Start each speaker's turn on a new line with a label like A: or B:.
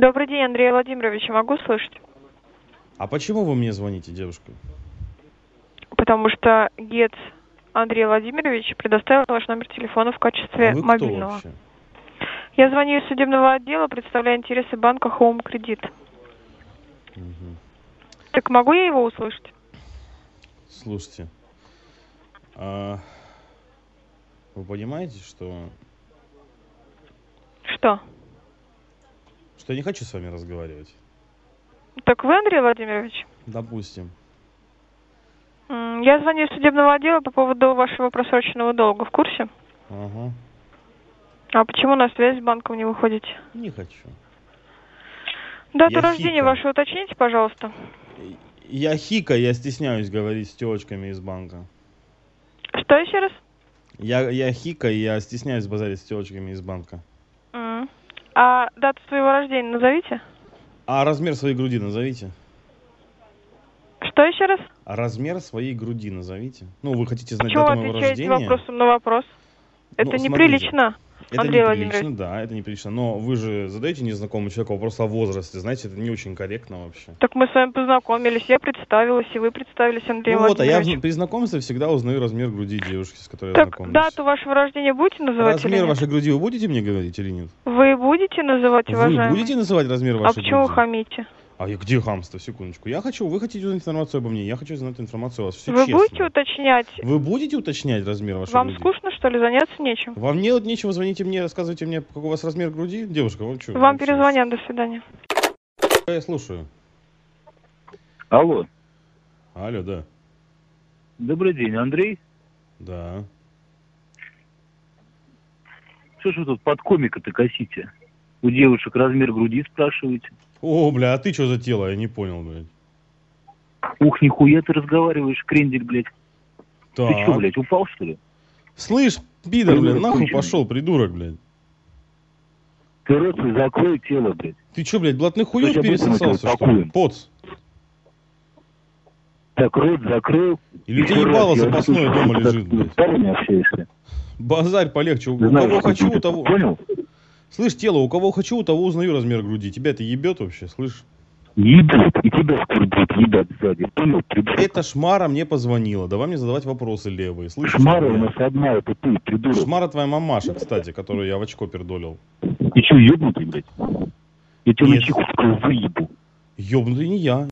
A: Добрый день, Андрей Владимирович, могу слышать?
B: А почему вы мне звоните, девушка?
A: Потому что ГЕЦ Андрей Владимирович предоставил ваш номер телефона в качестве
B: А вы кто
A: мобильного.
B: вообще?
A: Я звоню из судебного отдела, представляю интересы банка Home Credit.
B: Мгм.
A: Так могу я его услышать?
B: Слушайте, а вы понимаете, что,
A: Что?
B: что я не хочу с вами разговаривать?
A: Так вы, Андрей Владимирович?
B: Допустим.
A: М, Я звоню из судебного отдела по поводу вашего просроченного долга. В курсе?
B: Ага.
A: А почему на связь с банком не выходите?
B: Не хочу.
A: Дату
B: Я
A: рождения
B: хикаю.
A: вашу уточните, пожалуйста.
B: Я хика, я стесняюсь говорить с телочками из банка.
A: Что еще раз?
B: Я, я хика, и я стесняюсь базарить с телочками из банка.
A: М. А дату своего рождения назовите?
B: А размер своей груди назовите.
A: Что еще раз?
B: А размер своей груди назовите. Ну, вы хотите знать
A: Почему вы
B: дату моего
A: отвечаете
B: рождения? Ну,
A: вопросом на вопрос? Это
B: смотрите,
A: неприлично.
B: Это
A: Андрей
B: неприлично,
A: Владимирович.
B: да, это неприлично. Но вы же задаете незнакомому человеку вопрос о возрасте, знаете, это не очень корректно вообще.
A: Так мы с вами познакомились, я представилась, и вы представились, Андрей
B: ну вот, а я
A: Владимирович.
B: в- при знакомстве всегда узнаю размер груди девушки, с которой я
A: Так
B: знакомлюсь.
A: дату вашего рождения будете называть или
B: размер
A: нет?
B: вашей груди вы будете мне говорить или нет?
A: Вы будете называть,
B: Вы
A: уважаемый?
B: будете называть размер
A: а
B: вашей
A: почему вы
B: груди?
A: хамите?
B: А я- где хамство? Секундочку. Я хочу, вы хотите узнать информацию обо мне, я хочу узнать информацию о вас. Все
A: вы
B: честно.
A: будете уточнять?
B: Вы будете уточнять размер вашей
A: Вам
B: груди?
A: скучно, что ли, заняться нечем?
B: Вам мне вот нечего, звоните мне, рассказывайте мне, какой у вас размер груди? Девушка, вам что?
A: Вам перезвонят, до свидания.
B: Я слушаю.
C: Алло,
B: Алло, да.
C: добрый день, Андрей.
B: Да.
C: Что ж вы тут под комика-то косите? У девушек размер груди спрашиваете.
B: О, бля, а ты что за тело? Я не понял, блядь.
C: Ух, нихуя ты разговариваешь, крендель, блядь.
B: Так.
C: Ты что, блядь, упал, что ли?
B: Слышь, пидор, блядь,
C: Придурок
B: нахуй
C: конченый.
B: пошел, придурок, блядь.
C: Ты рот свой закрой тело, блядь.
B: Ты что, блядь, блатных хуёв
C: Слушай, а будь ты на
B: пересосался,
C: тебя
B: что ли?
C: пакуем?
B: Поц.
C: Так, рот закрыл.
B: Или у тебя
C: Ещё раз,
B: ебало
C: я
B: запасное
C: услышал,
B: дома
C: как
B: лежит,
C: ты
B: блядь.
C: с парнями общаешься.
B: Базарь полегче. У у
C: Знаешь,
B: кого
C: что
B: хочу, у
C: ты-
B: того...
C: Понял?
B: Слышь, тело, у кого хочу, у того узнаю размер груди. Тебя это ебет вообще, слышь?
C: Ебет, и тебя скурдит, ебет сзади. Понял, придурок?
B: Это Шмара мне позвонила. Давай мне задавать вопросы левые. Слышишь?
C: Шмара у
B: меня?
C: нас одна, это ты, придурок.
B: Шмара твоя мамаша, кстати, которую я в очко пердолил.
C: Ты что, ебнутый, блядь? Я тебя
B: Нет.
C: на чехушку выебу.
B: Ёбнутый не я.